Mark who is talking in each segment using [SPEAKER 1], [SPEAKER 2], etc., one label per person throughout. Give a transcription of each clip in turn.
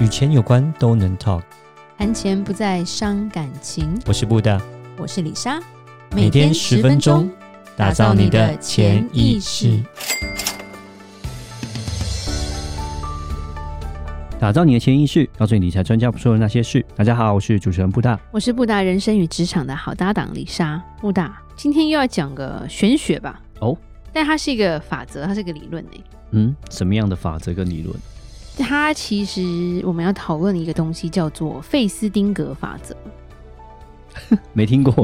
[SPEAKER 1] 与钱有关都能 talk。
[SPEAKER 2] 谈钱不再伤感情。
[SPEAKER 1] 我是布大，
[SPEAKER 2] 我是李莎，
[SPEAKER 1] 每天十分钟，打造你的潜意识。，打造你的潜意识，告诉你理财专家不说的那些事。大家好，我是主持人布大。
[SPEAKER 2] 我是布达人生与职场的好搭档李莎。布达，今天又要讲个玄学吧？
[SPEAKER 1] 哦，
[SPEAKER 2] 但它是一个法则，它是一个理论诶。
[SPEAKER 1] 嗯，什么样的法则跟理论？
[SPEAKER 2] 它其实我们要讨论一个东西，叫做费斯汀格法则。
[SPEAKER 1] 没 听过，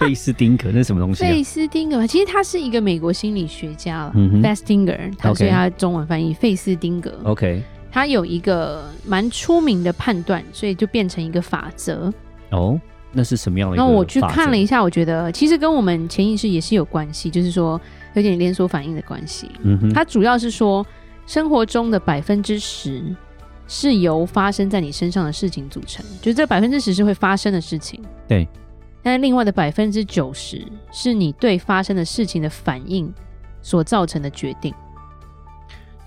[SPEAKER 1] 贝斯丁格那是什么东西、啊？
[SPEAKER 2] 费斯汀格，其实他是一个美国心理学家了
[SPEAKER 1] 嗯哼
[SPEAKER 2] f e s t i n g e r 他
[SPEAKER 1] OK
[SPEAKER 2] 所以他中文翻译费斯汀格。
[SPEAKER 1] OK，
[SPEAKER 2] 他有一个蛮出名的判断，所以就变成一个法则。
[SPEAKER 1] 哦，那是什么样的一个法
[SPEAKER 2] 然后
[SPEAKER 1] 则？
[SPEAKER 2] 我去看了一下，我觉得其实跟我们潜意识也是有关系，就是说有点连锁反应的关系。
[SPEAKER 1] 嗯哼，
[SPEAKER 2] 它主要是说，生活中的百分之十是由发生在你身上的事情组成，就是这百分之十是会发生的事情。
[SPEAKER 1] 对。
[SPEAKER 2] 但另外的百分之九十是你对发生的事情的反应所造成的决定，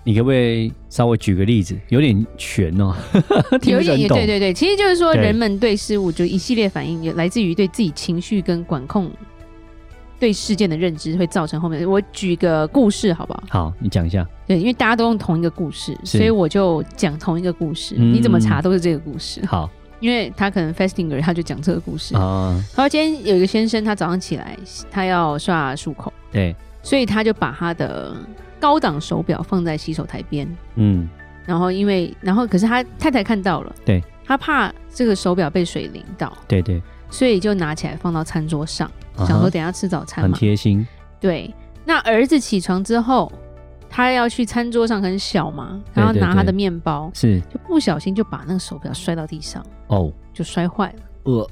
[SPEAKER 1] 你可不可以稍微举个例子？有点悬哦， 听
[SPEAKER 2] 有
[SPEAKER 1] 不是
[SPEAKER 2] 一点
[SPEAKER 1] 很
[SPEAKER 2] 也
[SPEAKER 1] 懂。
[SPEAKER 2] 对对对，其实就是说
[SPEAKER 1] 对
[SPEAKER 2] 人们对事物就一系列反应，有来自于对自己情绪跟管控对事件的认知，会造成后面。我举个故事好不好？
[SPEAKER 1] 好，你讲一下。
[SPEAKER 2] 对，因为大家都用同一个故事，
[SPEAKER 1] 是
[SPEAKER 2] 所以我就讲同一个故事。
[SPEAKER 1] 嗯
[SPEAKER 2] 你怎么查都是这个故事，
[SPEAKER 1] 好
[SPEAKER 2] 因为他可能 Festinger 他就讲这个故事。
[SPEAKER 1] 啊、
[SPEAKER 2] 他说今天有一个先生，他早上起来他要刷漱口，
[SPEAKER 1] 对，
[SPEAKER 2] 所以他就把他的高档手表放在洗手台边。
[SPEAKER 1] 嗯，
[SPEAKER 2] 然后因为，然后可是他太太看到了，
[SPEAKER 1] 对，
[SPEAKER 2] 他怕这个手表被水淋到，
[SPEAKER 1] 对对，
[SPEAKER 2] 所以就拿起来放到餐桌上，
[SPEAKER 1] 啊哈
[SPEAKER 2] 想说等一下吃早餐
[SPEAKER 1] 很
[SPEAKER 2] 嘛。
[SPEAKER 1] 贴心。
[SPEAKER 2] 对，那儿子起床之后，他要去餐桌上，很小嘛，然后
[SPEAKER 1] 对对
[SPEAKER 2] 拿他
[SPEAKER 1] 对
[SPEAKER 2] 的面包，
[SPEAKER 1] 是
[SPEAKER 2] 就不小心就把那个手表摔到地上，
[SPEAKER 1] 哦，
[SPEAKER 2] 就摔坏了。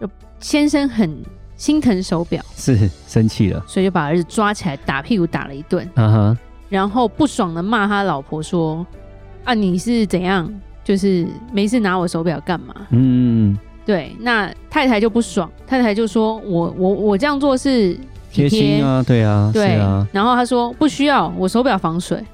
[SPEAKER 1] 呃，
[SPEAKER 2] 先生很心疼手表，
[SPEAKER 1] 是生气了。
[SPEAKER 2] 所以就把儿子抓起来打屁股打了一顿，
[SPEAKER 1] 啊哈，
[SPEAKER 2] 然后不爽的骂他老婆说：“啊，你是怎样？就是没事拿我手表干嘛？”
[SPEAKER 1] 嗯，
[SPEAKER 2] 对，那太太就不爽，太太就说我我我这样做是
[SPEAKER 1] 贴
[SPEAKER 2] 体贴
[SPEAKER 1] 心，啊，对啊，
[SPEAKER 2] 对。
[SPEAKER 1] 是啊
[SPEAKER 2] 然后他说不需要，我手表防水，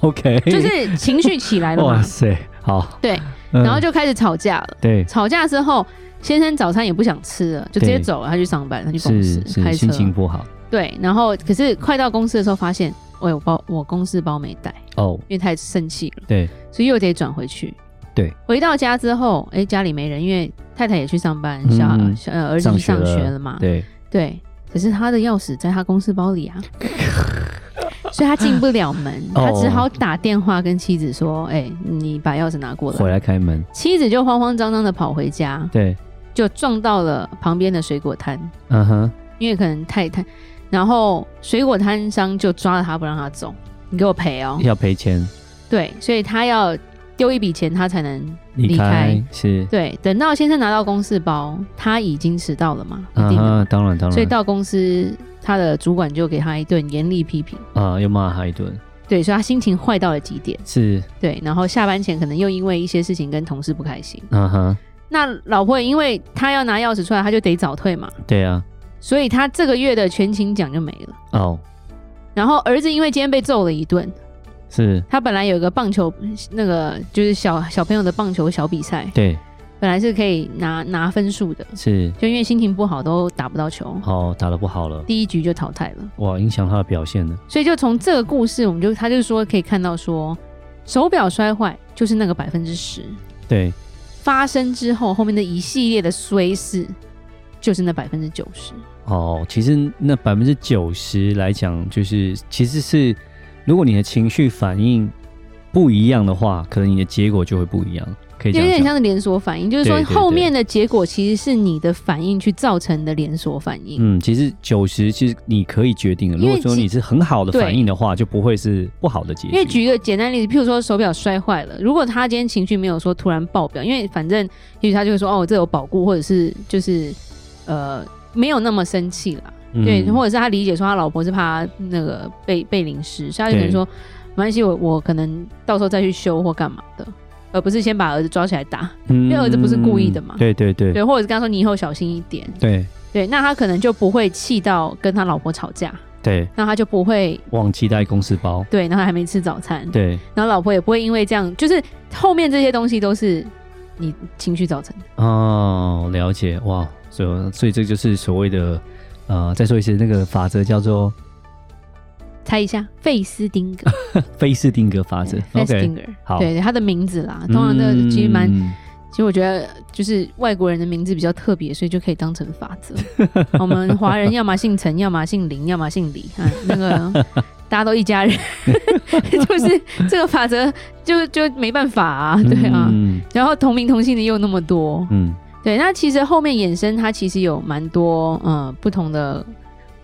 [SPEAKER 1] ，OK，
[SPEAKER 2] 就是情绪起来了
[SPEAKER 1] 哇
[SPEAKER 2] 嘛，
[SPEAKER 1] 塞，好，
[SPEAKER 2] 对，
[SPEAKER 1] 嗯
[SPEAKER 2] 然后就开始吵架了。
[SPEAKER 1] 对，
[SPEAKER 2] 吵架之后，先生早餐也不想吃了，就直接
[SPEAKER 1] 对
[SPEAKER 2] 走了，他去上班，他去公司
[SPEAKER 1] 是是
[SPEAKER 2] 开车
[SPEAKER 1] 心。情不好
[SPEAKER 2] 对，然后可是快到公司的时候，发现哎我有包，我公司包没带，
[SPEAKER 1] 哦，
[SPEAKER 2] 因为太生气了，
[SPEAKER 1] 对
[SPEAKER 2] 所以又得转回去。
[SPEAKER 1] 对，
[SPEAKER 2] 回到家之后，哎，家里没人，因为太太也去上班，小、
[SPEAKER 1] 嗯
[SPEAKER 2] 小呃儿子去上学了嘛，
[SPEAKER 1] 对，
[SPEAKER 2] 对，可是他的钥匙在他公司 包里啊，所以他进不了门，
[SPEAKER 1] 哦
[SPEAKER 2] 他只好打电话跟妻子说：“哎、你把钥匙拿过
[SPEAKER 1] 回
[SPEAKER 2] 来。
[SPEAKER 1] 来开门，”
[SPEAKER 2] 妻子就慌慌张张的跑回家，
[SPEAKER 1] 对，
[SPEAKER 2] 就撞到了旁边的水果摊，
[SPEAKER 1] 嗯哼，
[SPEAKER 2] 因为可能太太，然后水果摊商就抓了他不让他走，你给我赔哦。
[SPEAKER 1] 要赔钱，
[SPEAKER 2] 对，所以他要丢一笔钱，他才能
[SPEAKER 1] 离
[SPEAKER 2] 离
[SPEAKER 1] 开
[SPEAKER 2] 开
[SPEAKER 1] 是，
[SPEAKER 2] 对。等到先生拿到公事包，他已经迟到了嘛，一
[SPEAKER 1] 啊
[SPEAKER 2] 定的嘛
[SPEAKER 1] 哈，当然当然，
[SPEAKER 2] 所以到公司，他的主管就给他一顿严厉批评。
[SPEAKER 1] 啊又骂他一顿，
[SPEAKER 2] 对，所以他心情坏到了极点。
[SPEAKER 1] 是，
[SPEAKER 2] 对，然后下班前可能又因为一些事情跟同事不开心。
[SPEAKER 1] 嗯哼，
[SPEAKER 2] 那老婆也因为他要拿钥匙出来，他就得早退嘛，
[SPEAKER 1] 对啊，
[SPEAKER 2] 所以他这个月的全勤奖就没了。
[SPEAKER 1] 哦，
[SPEAKER 2] 然后儿子因为今天被揍了一顿，
[SPEAKER 1] 是，
[SPEAKER 2] 他本来有一个棒球那个就是小小朋友的棒球小比赛，
[SPEAKER 1] 对，
[SPEAKER 2] 本来是可以拿拿分数的，
[SPEAKER 1] 是，
[SPEAKER 2] 就因为心情不好都打不到球，
[SPEAKER 1] 哦，打得不好了，
[SPEAKER 2] 第一局就淘汰了。
[SPEAKER 1] 哇，影响他的表现了，
[SPEAKER 2] 所以就从这个故事，我们就他就说可以看到说，手表摔坏就是那个百分之十
[SPEAKER 1] 对，
[SPEAKER 2] 发生之后，后面的一系列的衰事就是那百分之九十。
[SPEAKER 1] 哦，其实那百分之九十来讲，就是其实是，如果你的情绪反应不一样的话，可能你的结果就会不一样，可以这
[SPEAKER 2] 有
[SPEAKER 1] 样
[SPEAKER 2] 点
[SPEAKER 1] 讲。
[SPEAKER 2] 像是连锁反应，就是
[SPEAKER 1] 对
[SPEAKER 2] 说
[SPEAKER 1] 对对
[SPEAKER 2] 后面的结果其实是你的反应去造成的连锁反应。
[SPEAKER 1] 嗯，其实九十其实你可以决定的。
[SPEAKER 2] 因为
[SPEAKER 1] 如果说
[SPEAKER 2] 其
[SPEAKER 1] 你是很好的
[SPEAKER 2] 对
[SPEAKER 1] 反应的话，就不会是不好的结
[SPEAKER 2] 因为
[SPEAKER 1] 局。
[SPEAKER 2] 举一个简单例子，譬如说手表摔坏了，如果他今天情绪没有说突然爆表，因为反正也许他就会说哦，我这有保固，或者是就是呃没有那么生气啦。
[SPEAKER 1] 嗯
[SPEAKER 2] 对，或者是他理解说他老婆是怕他那个被被淋湿，所以他就可能说没关系，我我可能到时候再去修或干嘛的，而不是先把儿子抓起来打，
[SPEAKER 1] 因
[SPEAKER 2] 为儿子不是故意的嘛
[SPEAKER 1] 对对对
[SPEAKER 2] 对，或者是跟他说你以后小心一点，
[SPEAKER 1] 对
[SPEAKER 2] 对，那他可能就不会气到跟他老婆吵架，
[SPEAKER 1] 对，
[SPEAKER 2] 那他就不会
[SPEAKER 1] 忘记带公事包，
[SPEAKER 2] 对，然后还没吃早餐，
[SPEAKER 1] 对，
[SPEAKER 2] 然后老婆也不会因为这样，就是后面这些东西都是你情绪造成的。
[SPEAKER 1] 哦，了解，哇，所以所以这就是所谓的，呃，再说一次，那个法则叫做
[SPEAKER 2] 猜一下，费斯汀格，
[SPEAKER 1] 菲斯汀格法则
[SPEAKER 2] 对费斯
[SPEAKER 1] 啊
[SPEAKER 2] 汀
[SPEAKER 1] ，OK，
[SPEAKER 2] 格，
[SPEAKER 1] 好
[SPEAKER 2] 对他的名字啦，通常那个其实蛮，
[SPEAKER 1] 嗯
[SPEAKER 2] 其实我觉得就是外国人的名字比较特别，所以就可以当成法则。我们华人要么姓陈，要么姓林，要么姓李，啊，那个大家都一家人，就是这个法则就就没办法啊， 对啊。
[SPEAKER 1] 嗯
[SPEAKER 2] 然后同名同姓的又那么多，
[SPEAKER 1] 嗯，
[SPEAKER 2] 对，那其实后面衍生，它其实有蛮多呃不同的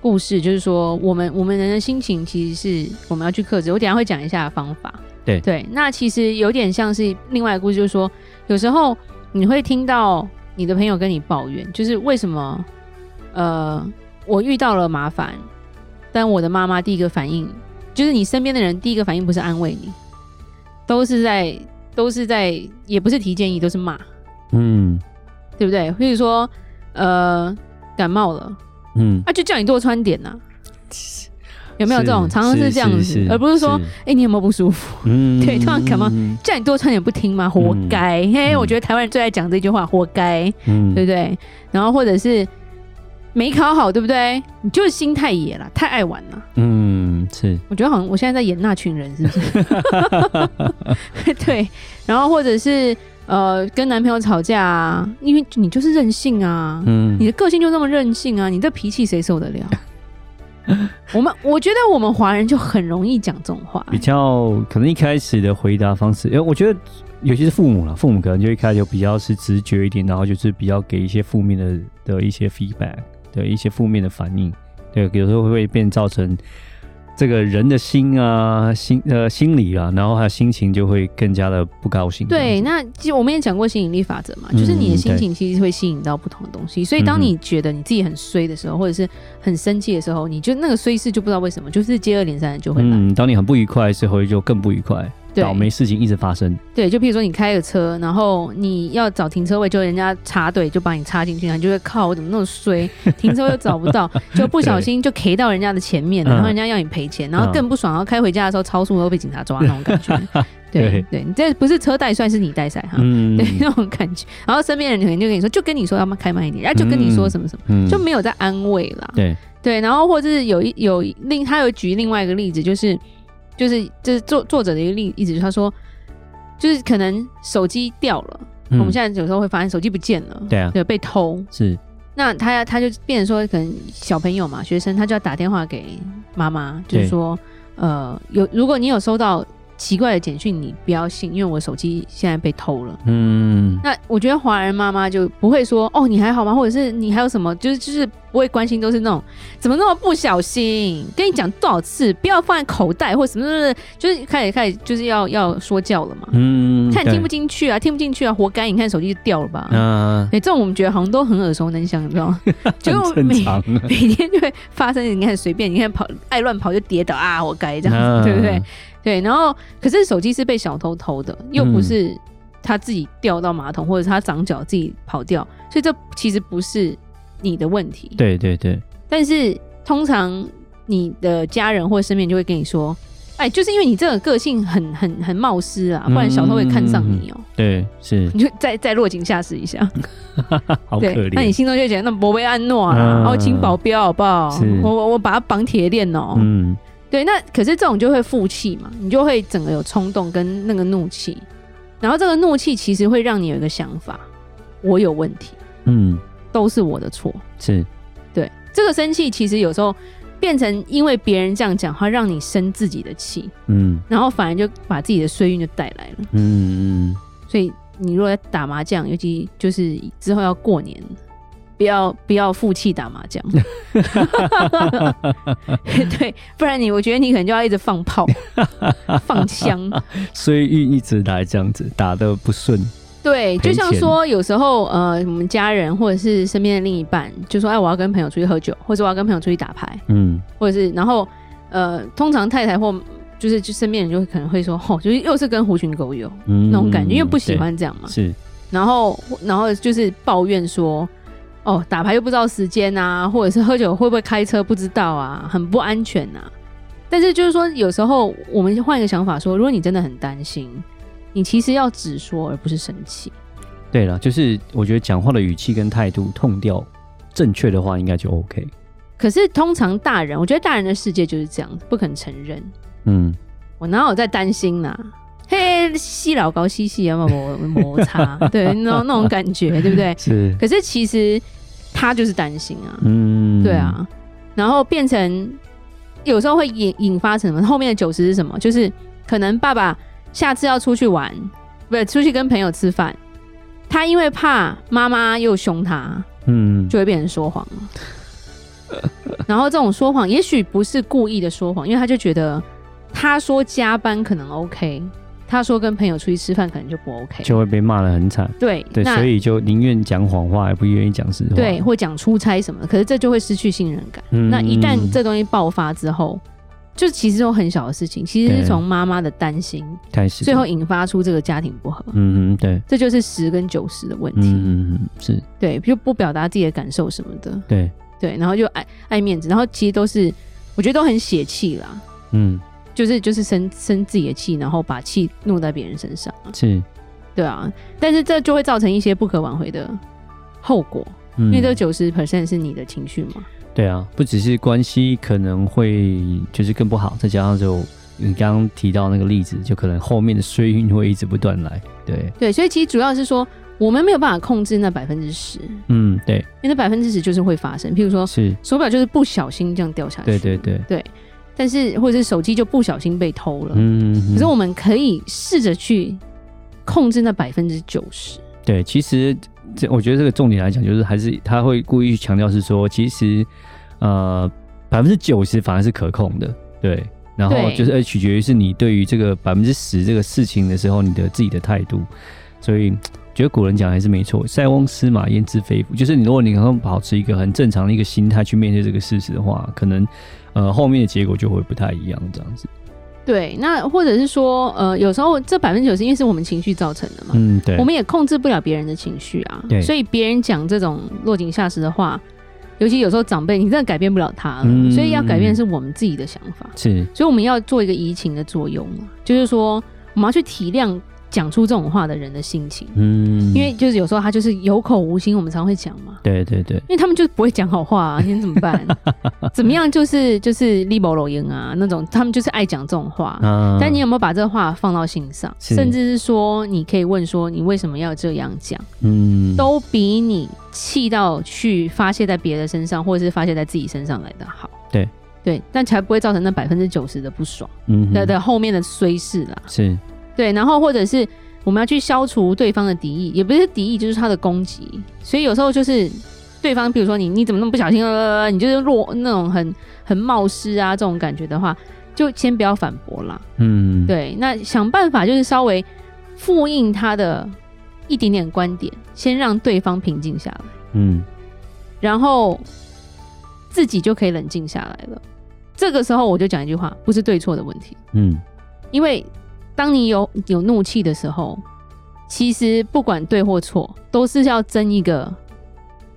[SPEAKER 2] 故事，就是说我们我们人的心情其实是我们要去克制。我等一下会讲一下方法。
[SPEAKER 1] 对
[SPEAKER 2] 对，那其实有点像是另外一个故事，就是说有时候你会听到你的朋友跟你抱怨，就是为什么呃我遇到了麻烦，但我的妈妈第一个反应就是你身边的人第一个反应不是安慰你，都是在都是在也不是提建议，都是骂。
[SPEAKER 1] 嗯
[SPEAKER 2] 对不对？比如说，呃，感冒了
[SPEAKER 1] 嗯，
[SPEAKER 2] 啊，就叫你多穿点呐、 有没有这种？常常是这样子，而不是 说，，哎，你有没有不舒服？
[SPEAKER 1] 嗯
[SPEAKER 2] 对突然感冒，
[SPEAKER 1] 嗯
[SPEAKER 2] 叫你多穿点不听吗？活该！嘿，
[SPEAKER 1] 嗯
[SPEAKER 2] 我觉得台湾人最爱讲这句话，活该，
[SPEAKER 1] 嗯
[SPEAKER 2] 对不对？然后或者是没考好，对不对？你就是心太野了，太爱玩了。
[SPEAKER 1] 嗯是，
[SPEAKER 2] 我觉得好像我现在在演那群人， 是不是？对，然后或者是呃，跟男朋友吵架啊，因为你就是任性啊，
[SPEAKER 1] 嗯
[SPEAKER 2] 你的个性就那么任性啊，你的脾气谁受得 了？我们我觉得我们华人就很容易讲这种话，
[SPEAKER 1] 比较可能一开始的回答方式，因为我觉得尤其是父母了，父母可能就一开始就比较是直觉一点，然后就是比较给一些负面的的一些 feedback 的一些负面的反应，对，有时候会变造成这个人的心啊、心呃心理啊，然后还有心情就会更加的不高兴。
[SPEAKER 2] 对，
[SPEAKER 1] 这样子嗯
[SPEAKER 2] 那其实我们也讲过吸引力法则嘛，就是你的心情其实会吸引到不同的东西，所以当你觉得你自己很衰的时候，或者是很生气的时候，你就那个衰事就不知道为什么，就是接二连三的就会来。
[SPEAKER 1] 嗯，当你很不愉快的时候，就更不愉快，
[SPEAKER 2] 对
[SPEAKER 1] 倒霉事情一直发生。
[SPEAKER 2] 对，就譬如说你开个车，然后你要找停车位，就人家插队就把你插进去，然后你就会靠我怎么那么衰，停车位又找不到，就不小心就 K 到人家的前面，然后
[SPEAKER 1] 嗯
[SPEAKER 2] 人家要你赔钱，然后更不爽，然后开回家的时候超速都被警察抓那种感 觉。
[SPEAKER 1] 对
[SPEAKER 2] 对对，你这不是车带帅，是你带帅哈。
[SPEAKER 1] 嗯
[SPEAKER 2] 对，那种感觉，然后身边的人可能就跟你说，就跟你说要开慢一点，然后就跟你说什么什么，
[SPEAKER 1] 嗯
[SPEAKER 2] 就没有在安慰啦。
[SPEAKER 1] 对，
[SPEAKER 2] 对，然后或者是有一有一另他有举另外一个例子，就是就是这、是作作者的一个例例子，他说就是可能手机掉了，
[SPEAKER 1] 嗯
[SPEAKER 2] 我们现在有时候会发现手机不见了，
[SPEAKER 1] 对啊
[SPEAKER 2] 对，被偷。
[SPEAKER 1] 是
[SPEAKER 2] 那他他就变成说，可能小朋友嘛，学生他就要打电话给妈妈，就是
[SPEAKER 1] 对
[SPEAKER 2] 说，呃，有如果你有收到奇怪的简讯，你不要信，因为我手机现在被偷了。
[SPEAKER 1] 嗯
[SPEAKER 2] 那我觉得华人妈妈就不会说哦，你还好吗？或者是你还有什么？就是就是不会关心，都是那种怎么那么不小心？跟你讲多少次，不要放在口袋或什么什么，就是开始开始就是要要说教了嘛。
[SPEAKER 1] 嗯，
[SPEAKER 2] 看你听不
[SPEAKER 1] 对
[SPEAKER 2] 进去啊，听不进去啊，活该！你看手机就掉了吧。哎、
[SPEAKER 1] 啊，
[SPEAKER 2] 这种我们觉得好像都很耳熟能详，你知道吗？ 就
[SPEAKER 1] 很
[SPEAKER 2] 每
[SPEAKER 1] 正常啊。
[SPEAKER 2] 每天就会发生，你看随便，你看跑爱乱跑就跌倒啊，活该这样子，
[SPEAKER 1] 啊
[SPEAKER 2] 对不对？？对，然后可是手机是被小偷偷的，又不是他自己掉到马桶，或者是他长脚自己跑掉，所以这其实不是你的问题。，
[SPEAKER 1] 对对对，
[SPEAKER 2] 但是通常你的家人或者身边就会跟你说。哎，就是因为你这个个性很很很冒失啊，不然小偷会看上你哦、
[SPEAKER 1] 对，是
[SPEAKER 2] 你就再再落井下石一下。
[SPEAKER 1] 好可
[SPEAKER 2] 对，
[SPEAKER 1] 怜。
[SPEAKER 2] 那你心中就会觉得那不被安诺啊，
[SPEAKER 1] 嗯
[SPEAKER 2] 哦，请保镖好不好
[SPEAKER 1] 是？
[SPEAKER 2] 我我我把它绑铁链哦。
[SPEAKER 1] 嗯
[SPEAKER 2] 对，那可是这种就会负气嘛，你就会整个有冲动跟那个怒气，然后这个怒气其实会让你有一个想法：我有问题，
[SPEAKER 1] 嗯
[SPEAKER 2] 都是我的错。
[SPEAKER 1] 是
[SPEAKER 2] 对，这个生气其实有时候变成因为别人这样讲话，让你生自己的气，
[SPEAKER 1] 嗯
[SPEAKER 2] 然后反而就把自己的衰运就带来了。
[SPEAKER 1] 嗯嗯
[SPEAKER 2] 所以你如果在打麻将，尤其就是之后要过年，不要不要负气打麻 将，对，不然你我觉得你可能就要一直放炮、放 枪，
[SPEAKER 1] 所以运一直来这样子，打的不顺。
[SPEAKER 2] 对，
[SPEAKER 1] 赔
[SPEAKER 2] 就像
[SPEAKER 1] 钱
[SPEAKER 2] 说有时候呃，我们家人或者是身边的另一半就说，哎，我要跟朋友出去喝酒，或者我要跟朋友出去打牌，
[SPEAKER 1] 嗯
[SPEAKER 2] 或者是然后呃，通常太太或就是就身边人就可能会说，哦，就是又是跟狐群狗友
[SPEAKER 1] 嗯，
[SPEAKER 2] 那种感觉，因为不喜欢这样嘛
[SPEAKER 1] 对。。是
[SPEAKER 2] 然后然后就是抱怨说，哦，打牌又不知道时间啊，或者是喝酒会不会开车不知道啊，很不安全呐、但是就是说，有时候我们换一个想法说，如果你真的很担心，你其实要直说，而不是生气。
[SPEAKER 1] 对了，就是我觉得讲话的语气跟态度、痛调正确的话，应该就 OK。
[SPEAKER 2] 可是通常大人，我觉得大人的世界就是这样，不肯承认。
[SPEAKER 1] 嗯，
[SPEAKER 2] 我哪有在担心呐、嘿，西老高西啊西有没有摩摩擦？对，那种那种感觉，对不对？
[SPEAKER 1] 是，
[SPEAKER 2] 可是其实他就是担心啊，
[SPEAKER 1] 嗯，
[SPEAKER 2] 对，啊，然后变成有时候会引引发什么？后面的九十是什么？就是可能爸爸下次要出去玩，不是出去跟朋友吃饭，他因为怕妈妈又凶他，
[SPEAKER 1] 嗯，
[SPEAKER 2] 就会变成说谎 了然后这种说谎，也许不是故意的说谎，因为他就觉得他说加班可能 OK，他说跟朋友出去吃饭可能就不 OK，
[SPEAKER 1] 就会被骂得很惨。
[SPEAKER 2] 对
[SPEAKER 1] 对，
[SPEAKER 2] 那
[SPEAKER 1] 所以就宁愿讲谎话，也不愿意讲实话。
[SPEAKER 2] 对，或讲出差什么的，可是这就会失去信任感。
[SPEAKER 1] 嗯
[SPEAKER 2] 那一旦这东西爆发之后，就其实都很小的事情，其实
[SPEAKER 1] 对
[SPEAKER 2] 是从妈妈的担心，
[SPEAKER 1] 嗯开始，
[SPEAKER 2] 最后，引发出这个家庭不和，
[SPEAKER 1] 嗯嗯，对，
[SPEAKER 2] 这就是十跟九十的问题。
[SPEAKER 1] 嗯嗯嗯，是
[SPEAKER 2] 对，就不表达自己的感受什么的，
[SPEAKER 1] 对，
[SPEAKER 2] 对，然后就爱爱面子，然后其实都是我觉得都很血气啦，
[SPEAKER 1] 嗯
[SPEAKER 2] 就是就是生生自己的气，然后把气弄在别人身上，
[SPEAKER 1] 是，
[SPEAKER 2] 对啊，但是这就会造成一些不可挽回的后果，
[SPEAKER 1] 嗯
[SPEAKER 2] 因为这九十 percent 是你的情绪嘛。
[SPEAKER 1] 对啊，不只是关系可能会就是更不好，再加上就你刚刚提到那个例子，就可能后面的衰运会一直不断来。对，
[SPEAKER 2] 对，所以其实主要是说，我们没有办法控制那百分之十，因
[SPEAKER 1] 嗯，对，
[SPEAKER 2] 为那百分之十就是会发生。譬如说，
[SPEAKER 1] 是，
[SPEAKER 2] 手表就是不小心这样掉下去，
[SPEAKER 1] 对对对，
[SPEAKER 2] 但是或者是手机就不小心被偷了。
[SPEAKER 1] 嗯，
[SPEAKER 2] 可
[SPEAKER 1] 嗯
[SPEAKER 2] 是我们可以试着去控制那百分之九十。
[SPEAKER 1] 对，其实这我觉得这个重点来讲，就是还是他会故意去强调是说，其实呃百分之九十反而是可控的，对。然后
[SPEAKER 2] 对
[SPEAKER 1] 就是呃取决于是你对于这个百分之十这个事情的时候，你的自己的态度。所以觉得古人讲还是没错，“塞翁失马，焉知非福”。就是你如果你能够保持一个很正常的一个心态去面对这个事实的话，可能呃后面的结果就会不太一样，这样子。
[SPEAKER 2] 对，那或者是说，呃，有时候这百分之九十因为是我们情绪造成的嘛，
[SPEAKER 1] 嗯，对
[SPEAKER 2] 我，们也控制不了别人的情绪啊
[SPEAKER 1] 对。
[SPEAKER 2] 所以别人讲这种落井下石的话，尤其有时候长辈，你真的改变不了他了，
[SPEAKER 1] 嗯
[SPEAKER 2] 所以要改变是我们自己的想法。
[SPEAKER 1] 是，
[SPEAKER 2] 所以我们要做一个移情的作用嘛，就是说我们要去体谅讲出这种话的人的心情，
[SPEAKER 1] 嗯，
[SPEAKER 2] 因为就是有时候他就是有口无心，我们常会讲嘛，
[SPEAKER 1] 对对对，
[SPEAKER 2] 因为他们就是不会讲好 话啊，你能怎么办？怎么样就是就是立某楼言啊那种，他们就是爱讲这种话。
[SPEAKER 1] 啊
[SPEAKER 2] 但你有没有把这话放到心上？
[SPEAKER 1] 是
[SPEAKER 2] 甚至是说，你可以问说你为什么要这样讲，
[SPEAKER 1] 嗯
[SPEAKER 2] 都比你气到去发泄在别的身上，或者是发泄在自己身上来的好。
[SPEAKER 1] 对
[SPEAKER 2] 对，但才不会造成那百分之九十的不爽。
[SPEAKER 1] 嗯哼
[SPEAKER 2] 的的后面的虽事啦，
[SPEAKER 1] 是
[SPEAKER 2] 对，然后或者是我们要去消除对方的敌意，也不是敌意，就是他的攻击，所以有时候就是对方，比如说你你怎么那么不小心，呃，你就是落那种很很冒失啊这种感觉的话，就先不要反驳啦，
[SPEAKER 1] 嗯，
[SPEAKER 2] 对，那想办法就是稍微复印他的一点点观点，先让对方平静下来，
[SPEAKER 1] 嗯，
[SPEAKER 2] 然后自己就可以冷静下来了。这个时候我就讲一句话，不是对错的问题。
[SPEAKER 1] 嗯，
[SPEAKER 2] 因为当你有有怒气的时候，其实不管对或错，都是要争一个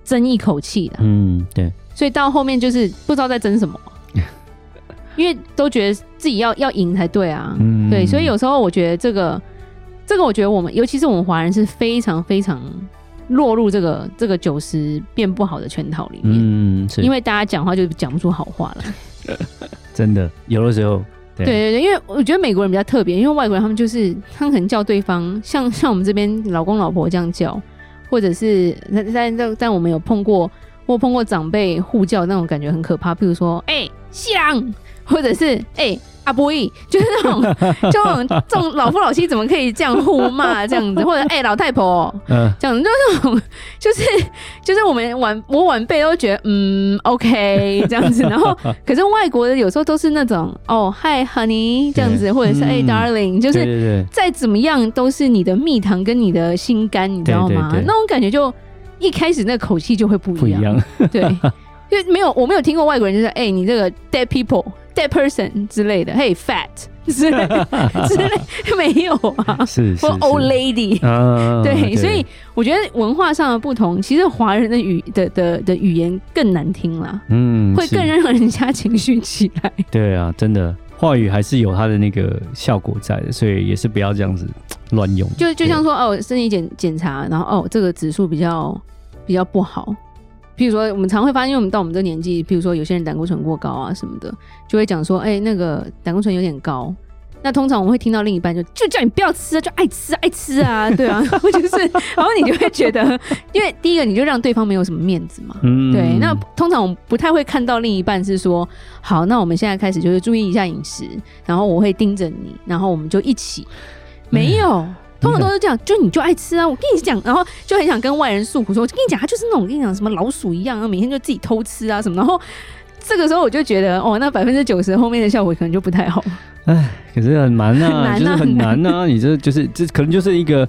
[SPEAKER 2] 争一口气的。
[SPEAKER 1] 嗯，对，
[SPEAKER 2] 所以到后面就是不知道在争 什么，因为都觉得自己要要赢才对啊。
[SPEAKER 1] 嗯，
[SPEAKER 2] 对，所以有时候我觉得这个这个，我觉得我们尤其是我们华人是非常非常落入这个这个九十变不好的圈套里面。
[SPEAKER 1] 嗯，是
[SPEAKER 2] 因
[SPEAKER 1] 为
[SPEAKER 2] 为大家讲话就讲不出好话了，
[SPEAKER 1] 真的有的时候，对
[SPEAKER 2] 对对对，因为我觉得美国人比较特别，因为外国人他们就是他们可能叫对方，像 像我们这边老公老婆这样叫，或者是但但但但我们有碰过，我有碰过长辈互叫那种感觉很可怕，譬如说哎、欸、西郎，或者是哎、欸、阿波义， 就是那种就那种这种老夫老妻怎么可以这样互骂这样子，或者哎、欸老太婆
[SPEAKER 1] 嗯，
[SPEAKER 2] 这样，就那种就是 就是我们晚我晚辈都觉得嗯 OK 这样子，然后可是外国的有时候都是那种哦嗨 honey 这样子，
[SPEAKER 1] 对
[SPEAKER 2] 或者是哎、
[SPEAKER 1] 嗯
[SPEAKER 2] darling，
[SPEAKER 1] 对
[SPEAKER 2] 就是
[SPEAKER 1] 对对，
[SPEAKER 2] 再怎么样都是你的蜜糖跟你的心肝，你知道吗？
[SPEAKER 1] 对对对
[SPEAKER 2] 那种感觉就一开始那口气就会不
[SPEAKER 1] 不
[SPEAKER 2] 一
[SPEAKER 1] 一
[SPEAKER 2] 样，
[SPEAKER 1] 样，
[SPEAKER 2] 对，因为没有我没有听过外国人就是哎、你这个 dead people dead person 之类的，hey fat 之类之类， 没有啊，
[SPEAKER 1] 是是
[SPEAKER 2] 或 old
[SPEAKER 1] 是
[SPEAKER 2] lady。
[SPEAKER 1] 啊，
[SPEAKER 2] 对，所以我觉得文化上的不同，其实华人的语的的的语言更难听啦，
[SPEAKER 1] 嗯
[SPEAKER 2] 会
[SPEAKER 1] 是
[SPEAKER 2] 更让人家情绪起 来。
[SPEAKER 1] 对啊，真的话语还是有它的那个效果在的，所以也是不要这样子乱用。
[SPEAKER 2] 就就像说哦，身体检检查，然后哦，这个指数比较比较不好。譬如说，我们常会发现，因为我们到我们这年纪，譬如说有些人胆固醇过高啊什么的，就会讲说，哎、那个胆固醇有点高。那通常我们会听到另一半就就叫你不要吃啊，就爱吃啊爱吃啊，对啊， 然后就是，然后你就会觉得，因为第一个你就让对方没有什么面子嘛，
[SPEAKER 1] 嗯
[SPEAKER 2] 对，那通常我们不太会看到另一半是说，好，那我们现在开始就是注意一下饮食，然后我会盯着你，然后我们就一起。哎没有，通常都是这样，就你就爱吃啊，我跟你讲，然后就很想跟外人诉苦说，我跟你讲，他就是那种我跟你讲什么老鼠一样，然后每天就自己偷吃啊什么，然后。这个时候我就觉得，哦，那百分之九十后面的效果可能就不太好。
[SPEAKER 1] 可是很难啊，
[SPEAKER 2] 很难啊
[SPEAKER 1] 就是很难 啊，你这就是这可能就是一个。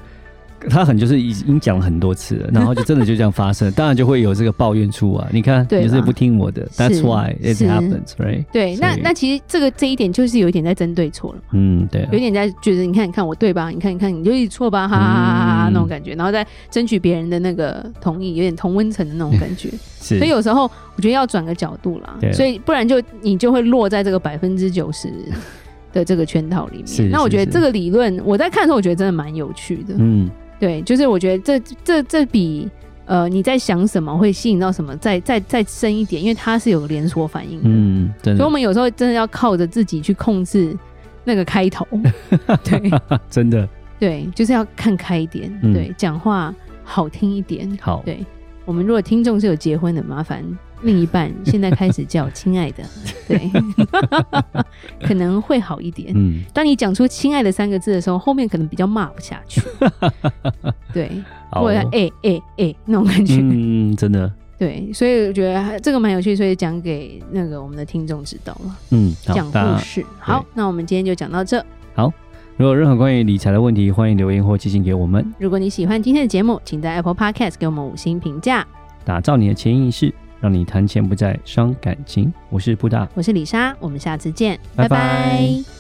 [SPEAKER 1] 他很就是已经讲了很多次了，然后就真的就这样发 生了，当然就会有这个抱怨出啊。你看，
[SPEAKER 2] 对
[SPEAKER 1] 你就是
[SPEAKER 2] 啦
[SPEAKER 1] 不听我的，That's
[SPEAKER 2] 是
[SPEAKER 1] why it
[SPEAKER 2] 是
[SPEAKER 1] happens, right？
[SPEAKER 2] 对，那
[SPEAKER 1] 所以
[SPEAKER 2] 那其实这个这一点就是有一点在针对错了。
[SPEAKER 1] 嗯，对啊，
[SPEAKER 2] 有点在觉得，你看，你看我对吧？你看，你看，你就一直错吧，哈哈哈哈哈哈
[SPEAKER 1] 嗯
[SPEAKER 2] 那种感觉，然后再争取别人的那个同意，有点同温层的那种感觉。
[SPEAKER 1] 是
[SPEAKER 2] 所以有时候我觉得要转个角度啦
[SPEAKER 1] 对，
[SPEAKER 2] 所以不然就你就会落在这个百分之 九十的这个圈套里
[SPEAKER 1] 是
[SPEAKER 2] 面。那我
[SPEAKER 1] 是
[SPEAKER 2] 觉得
[SPEAKER 1] 是
[SPEAKER 2] 这个理论，我在看的时候，我觉得真的蛮有趣的。
[SPEAKER 1] 嗯，
[SPEAKER 2] 对，就是我觉得这这这比。呃，你在想什么会吸引到什么？再再再深一点，因为它是有连锁反应的。
[SPEAKER 1] 嗯，真
[SPEAKER 2] 所以我
[SPEAKER 1] 的，
[SPEAKER 2] 们有时候真的要靠着自己去控制那个开 头，对
[SPEAKER 1] 真的
[SPEAKER 2] 对，就是要看开一点，
[SPEAKER 1] 嗯
[SPEAKER 2] 对，讲话好听一点。
[SPEAKER 1] 好，
[SPEAKER 2] 对我们如果听众是有结婚的，麻烦另一半现在开始叫 亲爱的，对， 可能会好一点。
[SPEAKER 1] 嗯，
[SPEAKER 2] 当你讲出“亲爱的”三个字的时候，后面可能比较骂不下 去，对，
[SPEAKER 1] 好
[SPEAKER 2] 或者
[SPEAKER 1] 哦，
[SPEAKER 2] 哎哎哎那种感觉，
[SPEAKER 1] 嗯，真的，
[SPEAKER 2] 对，所以我觉得这个蛮有趣，所以讲给那个我们的听众知道了。
[SPEAKER 1] 嗯，好
[SPEAKER 2] 讲
[SPEAKER 1] 大家
[SPEAKER 2] 故事。好，那我们今天就讲到这。
[SPEAKER 1] 如果有任何关于理财的问题，欢迎留言或寄信给我们。
[SPEAKER 2] 如果你喜欢今天的节目，请在 Apple Podcast 给我们五星评价。
[SPEAKER 1] 打造你的潜意识，让你谈钱不再伤感情。我是布大，
[SPEAKER 2] 我是李莎，我们下次见，
[SPEAKER 1] 拜拜
[SPEAKER 2] 拜拜